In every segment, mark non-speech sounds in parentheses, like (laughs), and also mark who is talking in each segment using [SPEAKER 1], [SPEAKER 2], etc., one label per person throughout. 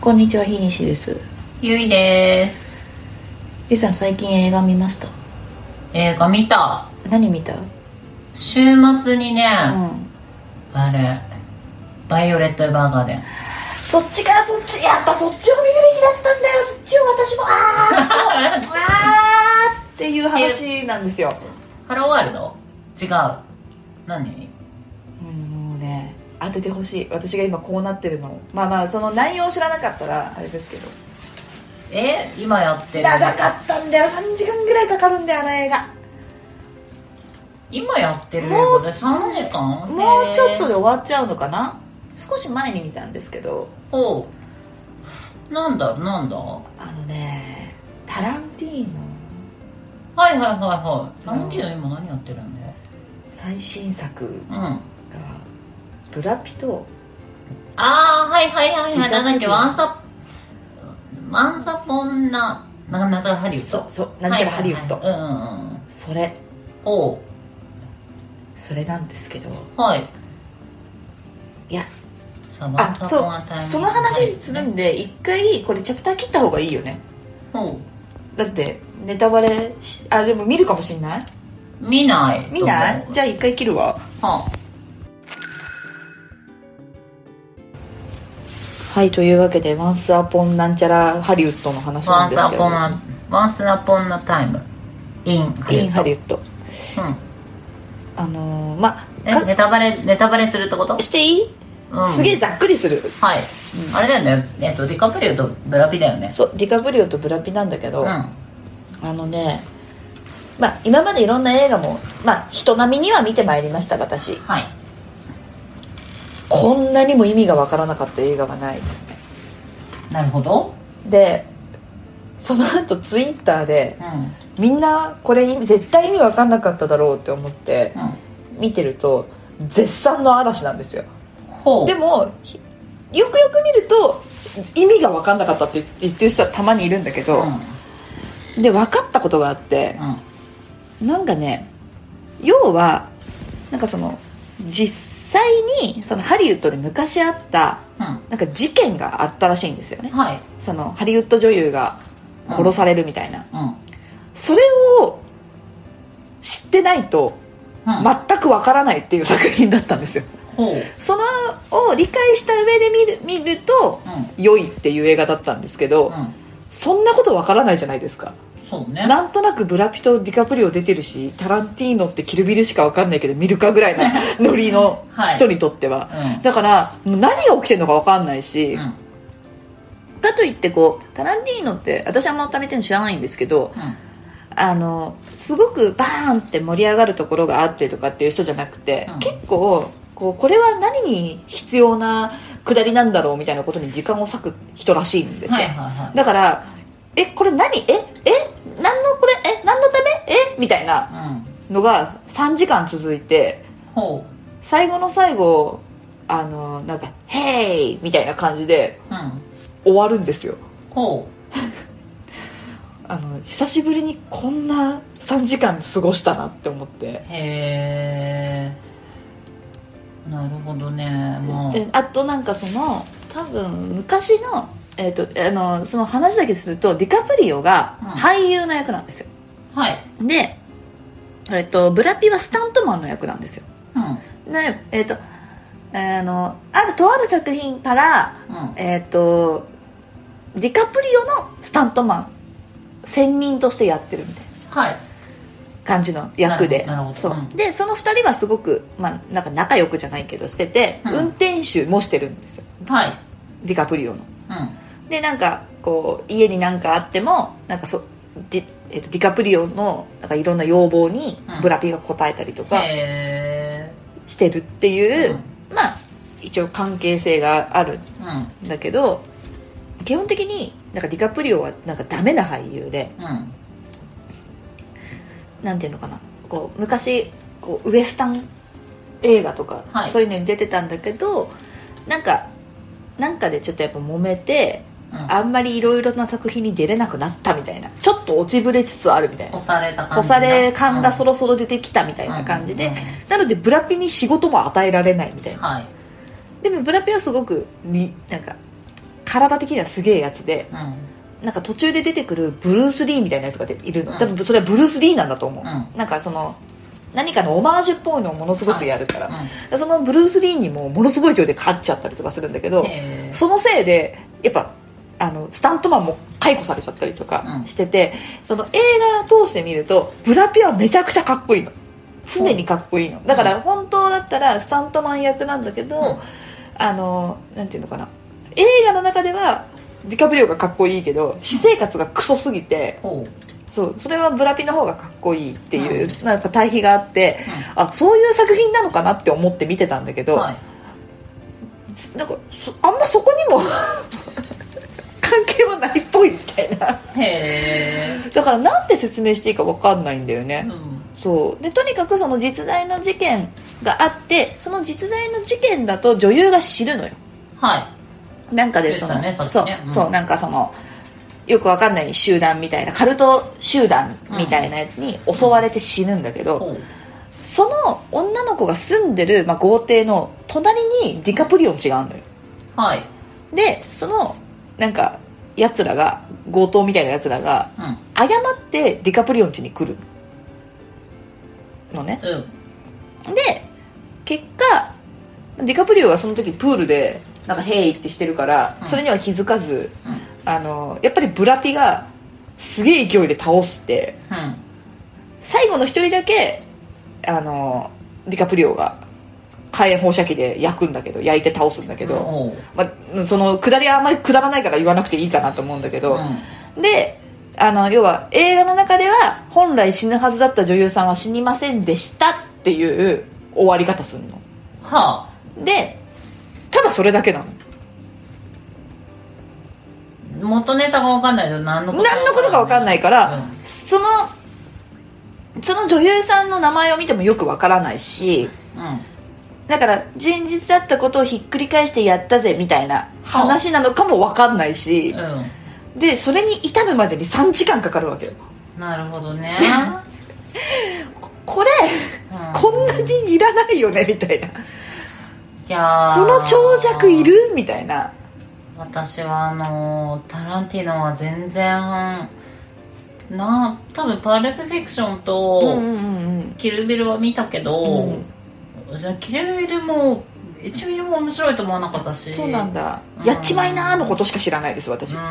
[SPEAKER 1] こんにちは日西です
[SPEAKER 2] ゆいです
[SPEAKER 1] ゆさん最近映画見ました
[SPEAKER 2] 映画見た
[SPEAKER 1] 何見たう
[SPEAKER 2] 週末に
[SPEAKER 1] ん
[SPEAKER 2] ね、あれバイオレット・エヴァーガーデン
[SPEAKER 1] そっちかそっちやっぱそっちを見るべきだったんだよそっちを私もあーそうあーっていう話なんですよ
[SPEAKER 2] ハローワールド違う何
[SPEAKER 1] うんもうね当ててほしい私が今こうなってるのまあまあその内容を知らなかったらあれですけど
[SPEAKER 2] え今やってる
[SPEAKER 1] 長かったんだよ3時間ぐらいかかるんだよあの映画
[SPEAKER 2] 今やってる
[SPEAKER 1] もう
[SPEAKER 2] ので3時間
[SPEAKER 1] もうちょっと
[SPEAKER 2] で
[SPEAKER 1] で終わっちゃうのかな少し前に見たんですけど
[SPEAKER 2] おうなんだなんだは
[SPEAKER 1] あのねタランティーノ
[SPEAKER 2] いはいはいはい
[SPEAKER 1] うん
[SPEAKER 2] なんていうの今何やってるんだ
[SPEAKER 1] 最新作
[SPEAKER 2] うんあ
[SPEAKER 1] がブラピと
[SPEAKER 2] あーはいはいはいはい
[SPEAKER 1] 実は
[SPEAKER 2] なんだっけワンサワンサポンななんだかハリウッ
[SPEAKER 1] そ
[SPEAKER 2] ド
[SPEAKER 1] うそうなんちゃらハリウッド、
[SPEAKER 2] はいはいはいうんうんうん
[SPEAKER 1] それ
[SPEAKER 2] おう
[SPEAKER 1] それなんですけど
[SPEAKER 2] はい
[SPEAKER 1] いや
[SPEAKER 2] サバ
[SPEAKER 1] あ
[SPEAKER 2] サポンは
[SPEAKER 1] そ
[SPEAKER 2] 大
[SPEAKER 1] う
[SPEAKER 2] 変
[SPEAKER 1] その話するんで一回これチャプター切った方がいいよね
[SPEAKER 2] おう
[SPEAKER 1] だってネタバレしあでも見るかもしんない
[SPEAKER 2] 見ない
[SPEAKER 1] 見ないじ
[SPEAKER 2] ゃ
[SPEAKER 1] ゃあ一回切るわ
[SPEAKER 2] は
[SPEAKER 1] はいというわけで「ワンスアポンなんちゃらハリウッド」の話
[SPEAKER 2] ワ
[SPEAKER 1] なん
[SPEAKER 2] ン
[SPEAKER 1] です
[SPEAKER 2] サ
[SPEAKER 1] けど
[SPEAKER 2] ポンなワンスナポンなタイムインハリウッド
[SPEAKER 1] インハリウッド
[SPEAKER 2] うん
[SPEAKER 1] あのー、まあ
[SPEAKER 2] え
[SPEAKER 1] か
[SPEAKER 2] ネタバレネタバレするってこと
[SPEAKER 1] していい、
[SPEAKER 2] うん
[SPEAKER 1] すげえざっくりする
[SPEAKER 2] はい、あれだよねえっとディカプリオとブラピだよね
[SPEAKER 1] そうディカプリオとブラピなんだけど、
[SPEAKER 2] うん
[SPEAKER 1] あのねまあ今までいろんな映画もまあ人並みには見てまいりました私
[SPEAKER 2] はい
[SPEAKER 1] こんなにも意味がわからなかった映画はないですね
[SPEAKER 2] なるほど
[SPEAKER 1] でその後ツイッターで
[SPEAKER 2] うん
[SPEAKER 1] みんなこれ意味絶対意味わかんなかっただろうって思って
[SPEAKER 2] うん
[SPEAKER 1] 見てると絶賛の嵐なんですよ
[SPEAKER 2] ほう
[SPEAKER 1] でもひよくよく見ると意味が分かんなかったって言ってる人はたまにいるんだけ
[SPEAKER 2] うん
[SPEAKER 1] ど、で分かったことがあって
[SPEAKER 2] うん
[SPEAKER 1] なんかね要はなんかその実際にそのハリウッドで昔あった
[SPEAKER 2] う
[SPEAKER 1] なんか事件があったらしいんですよね
[SPEAKER 2] んはい
[SPEAKER 1] そのハリウッド女優が殺されるみたいな、
[SPEAKER 2] うん
[SPEAKER 1] それを知ってないと
[SPEAKER 2] うん
[SPEAKER 1] 全く分からないっていう作品だったんですよ
[SPEAKER 2] ほううん
[SPEAKER 1] そのを理解した上で見る見ると良いっていう映画だったんですけど、
[SPEAKER 2] うん
[SPEAKER 1] そんなことわからないじゃないですか
[SPEAKER 2] そうね
[SPEAKER 1] なんとなくブラピとディカプリオ出てるしタランティーノってキルビルしかわかんないけど見るかぐら
[SPEAKER 2] (laughs)
[SPEAKER 1] いなノリの人にとっては、
[SPEAKER 2] うん
[SPEAKER 1] だからもう何が起きてるのかわかんないし、
[SPEAKER 2] うん
[SPEAKER 1] かといってこうタランティーノって私あんまタランティーノ知らないんですけどあのすごくバーンって盛り上がるところがあってとかっていう人じゃなくて、
[SPEAKER 2] うん
[SPEAKER 1] 結構こうこれは何に必要なくだりなんだろうみたいなことに時間を割く人らしいんですよ、
[SPEAKER 2] はいはいはい
[SPEAKER 1] だからえこれ何ええ何のこれえ何のためえみたいな
[SPEAKER 2] うん
[SPEAKER 1] のが3時間続いて
[SPEAKER 2] ほ
[SPEAKER 1] 最後の最後あのなんか「ヘイ!」みたいな感じで
[SPEAKER 2] うう
[SPEAKER 1] 終
[SPEAKER 2] ん
[SPEAKER 1] わるんですよ
[SPEAKER 2] ほ
[SPEAKER 1] あの久しぶりにこんな3時間過ごしたなって思って
[SPEAKER 2] うへえなるほどねもう
[SPEAKER 1] であとなんかその多分昔の,、えー、とあのその話だけするとディカプリオが
[SPEAKER 2] うん
[SPEAKER 1] 俳優の役なんですよ、
[SPEAKER 2] はい
[SPEAKER 1] で、えっとブラピはスタントマンの役なんですよ
[SPEAKER 2] うん
[SPEAKER 1] でえっ、とあのあるとある作品から
[SPEAKER 2] うん
[SPEAKER 1] えっ、とディカプリオのスタントマン専任としてやってるみたいな
[SPEAKER 2] はい
[SPEAKER 1] 感じの役で
[SPEAKER 2] なるほどなるほど
[SPEAKER 1] そう
[SPEAKER 2] うん
[SPEAKER 1] でその2人はすごく、まあ、なんか仲良くじゃないけどしてて、
[SPEAKER 2] うん
[SPEAKER 1] 運転手もしてるんですよ
[SPEAKER 2] はい
[SPEAKER 1] ディカプリオの
[SPEAKER 2] うん
[SPEAKER 1] でなんかこう家になんかあってもなんかそディ,、えっとディカプリオのなんかいろんな要望に
[SPEAKER 2] うん
[SPEAKER 1] ブラピが応えたりとか
[SPEAKER 2] へ
[SPEAKER 1] してるっていう、
[SPEAKER 2] うん
[SPEAKER 1] まあ一応関係性がある
[SPEAKER 2] えうん
[SPEAKER 1] んだけど基本的になんかディカプリオはなんかダメな俳優で
[SPEAKER 2] うん
[SPEAKER 1] なんていうのかなこう昔こうウエスタン映画とか、
[SPEAKER 2] はい
[SPEAKER 1] そういうのに出てたんだけどなんかなんかでちょっとやっぱ揉めて
[SPEAKER 2] うん
[SPEAKER 1] あんまりいろいろな作品に出れなくなったみたいなちょっと落ちぶれつつあるみたいな
[SPEAKER 2] 干された感じ
[SPEAKER 1] 干され感がそ
[SPEAKER 2] ろ
[SPEAKER 1] ろそろ出てきたみたいな感じで、
[SPEAKER 2] うんうんうん
[SPEAKER 1] なのでブラピに仕事も与えられないみたいな
[SPEAKER 2] はい
[SPEAKER 1] でもブラピはすごくになんか体的にはすげえやつで
[SPEAKER 2] うん
[SPEAKER 1] なんか途中で出てくるブルース・リーみたいなやつがいる
[SPEAKER 2] う
[SPEAKER 1] の
[SPEAKER 2] ん
[SPEAKER 1] 多分それはブルース・リーなんだと思う、
[SPEAKER 2] う
[SPEAKER 1] なんかその何かのオマージュっぽいのをものすごくやるから、
[SPEAKER 2] うん
[SPEAKER 1] でそのブルース・リーにもものすごい勢いで勝っちゃったりとかするんだけど、
[SPEAKER 2] へー
[SPEAKER 1] そのせいでやっぱあのスタントマンも解雇されちゃったりとか
[SPEAKER 2] うん
[SPEAKER 1] してて、その映画を通して見るとブラピはめちゃくちゃかっこいいの常にかっこいいのだから本当だったらスタントマン役なんだけど、
[SPEAKER 2] うん
[SPEAKER 1] あのなんていうのかな映画の中ではディカプリオがかっこいいけど私生活がクソすぎて
[SPEAKER 2] ほう
[SPEAKER 1] そうそれはブラピの方がかっこいいっていう、なんか対比があって
[SPEAKER 2] うん
[SPEAKER 1] あそういう作品なのかなって思って見てたんだけど、
[SPEAKER 2] はい
[SPEAKER 1] なんかそあんまそこにも (laughs) 関係はないっぽいみたいな
[SPEAKER 2] へ
[SPEAKER 1] だからなんて説明していいか分かんないんだよね
[SPEAKER 2] え、、うん
[SPEAKER 1] そうでとにかくその実在の事件があってその実在の事件だと女優が知るのよ
[SPEAKER 2] は
[SPEAKER 1] なんかでその
[SPEAKER 2] でした
[SPEAKER 1] そ
[SPEAKER 2] ねそううですねうん
[SPEAKER 1] そうなんかそのよくわかんない集団みたいなカルト集団みたいなやつに襲われて死ぬんだけ
[SPEAKER 2] い
[SPEAKER 1] ど、
[SPEAKER 2] ほう
[SPEAKER 1] その女の子が住んでる、まあ、豪邸の隣にディカプリオン家があるのよ
[SPEAKER 2] はい
[SPEAKER 1] でそのなんかやつらが強盗みたいなやつらが
[SPEAKER 2] うん
[SPEAKER 1] 誤ってディカプリオン家に来るのね
[SPEAKER 2] うん
[SPEAKER 1] で結果ディカプリオはその時プールでなんか「ヘイ!」ってしてるから
[SPEAKER 2] うん
[SPEAKER 1] それには気づかず、
[SPEAKER 2] うん
[SPEAKER 1] あのやっぱりブラピがすげえ勢いで倒して
[SPEAKER 2] うん
[SPEAKER 1] 最後の一人だけあのディカプリオが火炎放射器で焼くんだけど焼いて倒すんだけど、
[SPEAKER 2] ほ
[SPEAKER 1] まあ、その下りはあんまりくだらないから言わなくていいかなと思うんだけ
[SPEAKER 2] う
[SPEAKER 1] ど
[SPEAKER 2] う、ん
[SPEAKER 1] であの要は映画の中では本来死ぬはずだった女優さんは死にませんでしたっていう終わり方すんの
[SPEAKER 2] はあ
[SPEAKER 1] でただそれだけなの
[SPEAKER 2] 元ネタが分かんないと何のこと
[SPEAKER 1] 何のことか分かんないから、
[SPEAKER 2] うん
[SPEAKER 1] そのその女優さんの名前を見てもよく分からないしだから前日だったことをひっくり返してやったぜみたいな話なのかも分かんないし
[SPEAKER 2] う、ん、
[SPEAKER 1] でそれに至るまでに3時間かかるわけよ
[SPEAKER 2] うん、なるほ
[SPEAKER 1] (laughs)
[SPEAKER 2] どね、
[SPEAKER 1] これ
[SPEAKER 2] うん
[SPEAKER 1] こんなにいらないよねみたいない
[SPEAKER 2] やー
[SPEAKER 1] この長尺いるみたいな
[SPEAKER 2] 私はあのータランティーノは全然な多分パルプフィクションと、
[SPEAKER 1] うん
[SPEAKER 2] キルビルは見たけ
[SPEAKER 1] う
[SPEAKER 2] ど
[SPEAKER 1] ん、
[SPEAKER 2] そのキルビルも1ミリも面白いと思わなかったし
[SPEAKER 1] そうなんだ
[SPEAKER 2] うん
[SPEAKER 1] やっちまいなーのことしか知らないです私
[SPEAKER 2] う
[SPEAKER 1] うんん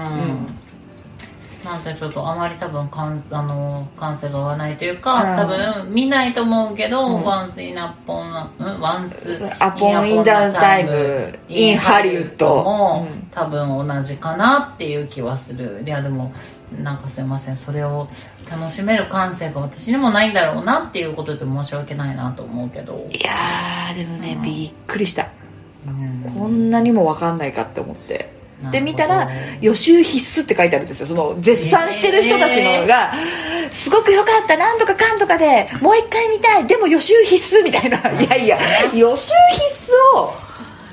[SPEAKER 2] なんでちょっとあまり多分感あの感性が合わないという
[SPEAKER 1] う
[SPEAKER 2] か、
[SPEAKER 1] ん
[SPEAKER 2] 多分見ないと思うけど、
[SPEAKER 1] うん
[SPEAKER 2] ワンスインアポンうんワンス
[SPEAKER 1] アポンインダウンタイムインハリウッド
[SPEAKER 2] も、
[SPEAKER 1] うん
[SPEAKER 2] 多分同じかなっていう気はするいやでもなんかすいませんそれを楽しめる感性が私にもないんだろうなっていうことで申し訳ないなと思うけど、
[SPEAKER 1] いやーでもね
[SPEAKER 2] うん
[SPEAKER 1] びっくりした
[SPEAKER 2] うん
[SPEAKER 1] こんなにも分かんないかって思って
[SPEAKER 2] なるほど
[SPEAKER 1] で見たら予習必須って書いてあるんですよその絶賛してる人たちのがすごく良かったなんとかかんとかでもう一回見たいでも予習必須みたいないやいや予習必須を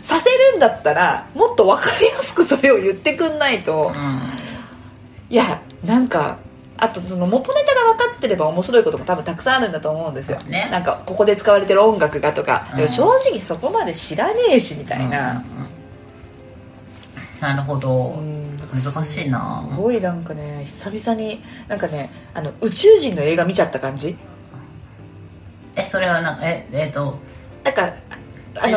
[SPEAKER 1] させるんだったらもっと分かりやすくそれを言ってくんないと
[SPEAKER 2] う
[SPEAKER 1] いやなんかあとその元ネタが分かってれば面白いことも多分たくさんあるんだと思うんですよ、
[SPEAKER 2] ね
[SPEAKER 1] なんかここで使われてる音楽がとか、でも
[SPEAKER 2] うん
[SPEAKER 1] 正直そこまで知らねえしみたい
[SPEAKER 2] ん
[SPEAKER 1] な、
[SPEAKER 2] うんなるほど
[SPEAKER 1] うん
[SPEAKER 2] 難しいな
[SPEAKER 1] すごいなんかね久々になんかねあの宇宙人の映画見ちゃった感じ
[SPEAKER 2] えそれはなんかええっ、と
[SPEAKER 1] なんかああの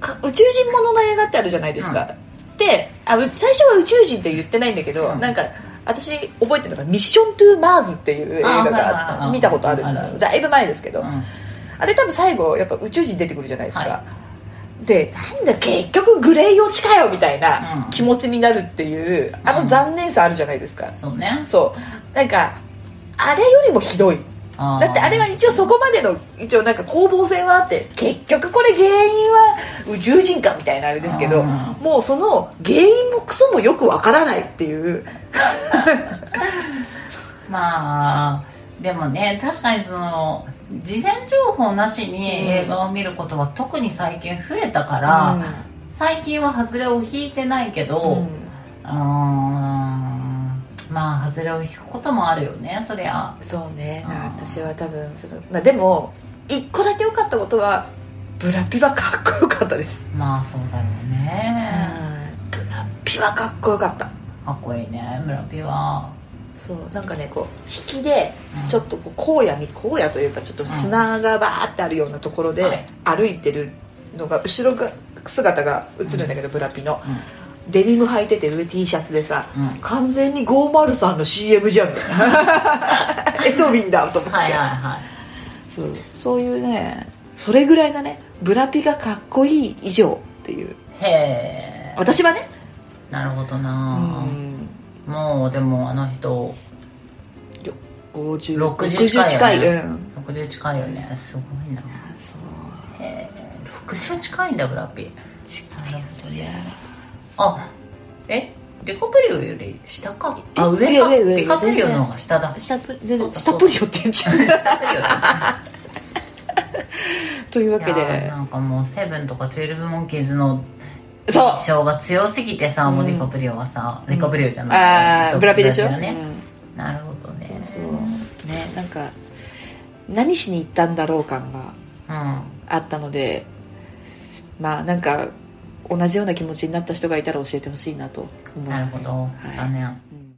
[SPEAKER 1] か宇宙人ものの映画ってあるじゃないですか、であう最初は宇宙人って言ってないんだけど、
[SPEAKER 2] うん
[SPEAKER 1] なんか私覚えてるのが「ミッション・トゥ・マーズ」っていう映画
[SPEAKER 2] あはいはい
[SPEAKER 1] があ
[SPEAKER 2] はい
[SPEAKER 1] 見たことあるん
[SPEAKER 2] あ
[SPEAKER 1] で
[SPEAKER 2] るあ
[SPEAKER 1] す
[SPEAKER 2] る
[SPEAKER 1] だいぶ前ですけど、
[SPEAKER 2] うん
[SPEAKER 1] あれ多分最後やっぱ宇宙人出てくるじゃないですか、
[SPEAKER 2] は
[SPEAKER 1] でなんだ結局グレイ落ちかよみたいな
[SPEAKER 2] うん
[SPEAKER 1] 気持ちになるっていう、あの残念さあるじゃないですか、
[SPEAKER 2] そうね
[SPEAKER 1] そうなんかあれよりもひどい
[SPEAKER 2] あー
[SPEAKER 1] だってあれは一応そこまでの一応なんか攻防戦はあって結局これ原因は宇宙人かみたいなあれですけど
[SPEAKER 2] あ
[SPEAKER 1] もうその原因もクソもよくわからないっていう
[SPEAKER 2] まあでもね確かにその事前情報なしに映画を見ることは特に最近増えたから、最近はハズレを引いてないけ
[SPEAKER 1] うん
[SPEAKER 2] ど、うーんまあハズレを引くこともあるよねそりゃ
[SPEAKER 1] そうね
[SPEAKER 2] あー
[SPEAKER 1] 私は多分その、まあ、でも一個だけ良かったことはブラピはかっこよかったです、
[SPEAKER 2] まあそうだろうね
[SPEAKER 1] うんブラピはかっこよかった
[SPEAKER 2] かっこいいね村ピは
[SPEAKER 1] そうなんかねこう引きで
[SPEAKER 2] うん
[SPEAKER 1] ちょっとこう荒野み荒野というかちょっと砂がバーってあるようなところ
[SPEAKER 2] は
[SPEAKER 1] で
[SPEAKER 2] い
[SPEAKER 1] 歩いてるのが後ろが姿が映るんだけど、ブラピの
[SPEAKER 2] う
[SPEAKER 1] デニム履いてて上 T シャツでさ、
[SPEAKER 2] うん
[SPEAKER 1] 完全に503の CM
[SPEAKER 2] (laughs)
[SPEAKER 1] じゃんエドウィンだと思っ
[SPEAKER 2] ん
[SPEAKER 1] て、
[SPEAKER 2] はいはいはい
[SPEAKER 1] そうそういうねそれぐらいがねブラピがかっこいい以上っていう
[SPEAKER 2] へえ
[SPEAKER 1] 私はね
[SPEAKER 2] なるほど
[SPEAKER 1] う
[SPEAKER 2] な、
[SPEAKER 1] ん
[SPEAKER 2] もうでもあの人
[SPEAKER 1] 50
[SPEAKER 2] 60近いよね
[SPEAKER 1] うん
[SPEAKER 2] 60近いよねすごいな
[SPEAKER 1] そう
[SPEAKER 2] へえ60近いんだブラピ
[SPEAKER 1] 近いよそりゃ
[SPEAKER 2] あえデカプリオより下かあ上
[SPEAKER 1] 上
[SPEAKER 2] か
[SPEAKER 1] 上上
[SPEAKER 2] デカプリオの方が下だ
[SPEAKER 1] 下プ全然下プリオって言っちゃう
[SPEAKER 2] 下プリオだ
[SPEAKER 1] というわけ
[SPEAKER 2] いやー
[SPEAKER 1] で
[SPEAKER 2] なんかもうセブンとかトゥエルブモンキーズの
[SPEAKER 1] そう
[SPEAKER 2] 印象が強すぎてさ、もううんデカプリオはさ、デカプリオじゃない
[SPEAKER 1] ああブラピでしょ、
[SPEAKER 2] ブラピだ
[SPEAKER 1] う
[SPEAKER 2] ね
[SPEAKER 1] ん
[SPEAKER 2] なるほどね
[SPEAKER 1] そうねなんか何しに行ったんだろう感が
[SPEAKER 2] うん
[SPEAKER 1] あったのでまあなんか同じような気持ちになった人がいたら教えてほしいなと思い
[SPEAKER 2] なる
[SPEAKER 1] ま
[SPEAKER 2] ほ
[SPEAKER 1] す
[SPEAKER 2] ど、
[SPEAKER 1] はい
[SPEAKER 2] 残念
[SPEAKER 1] うん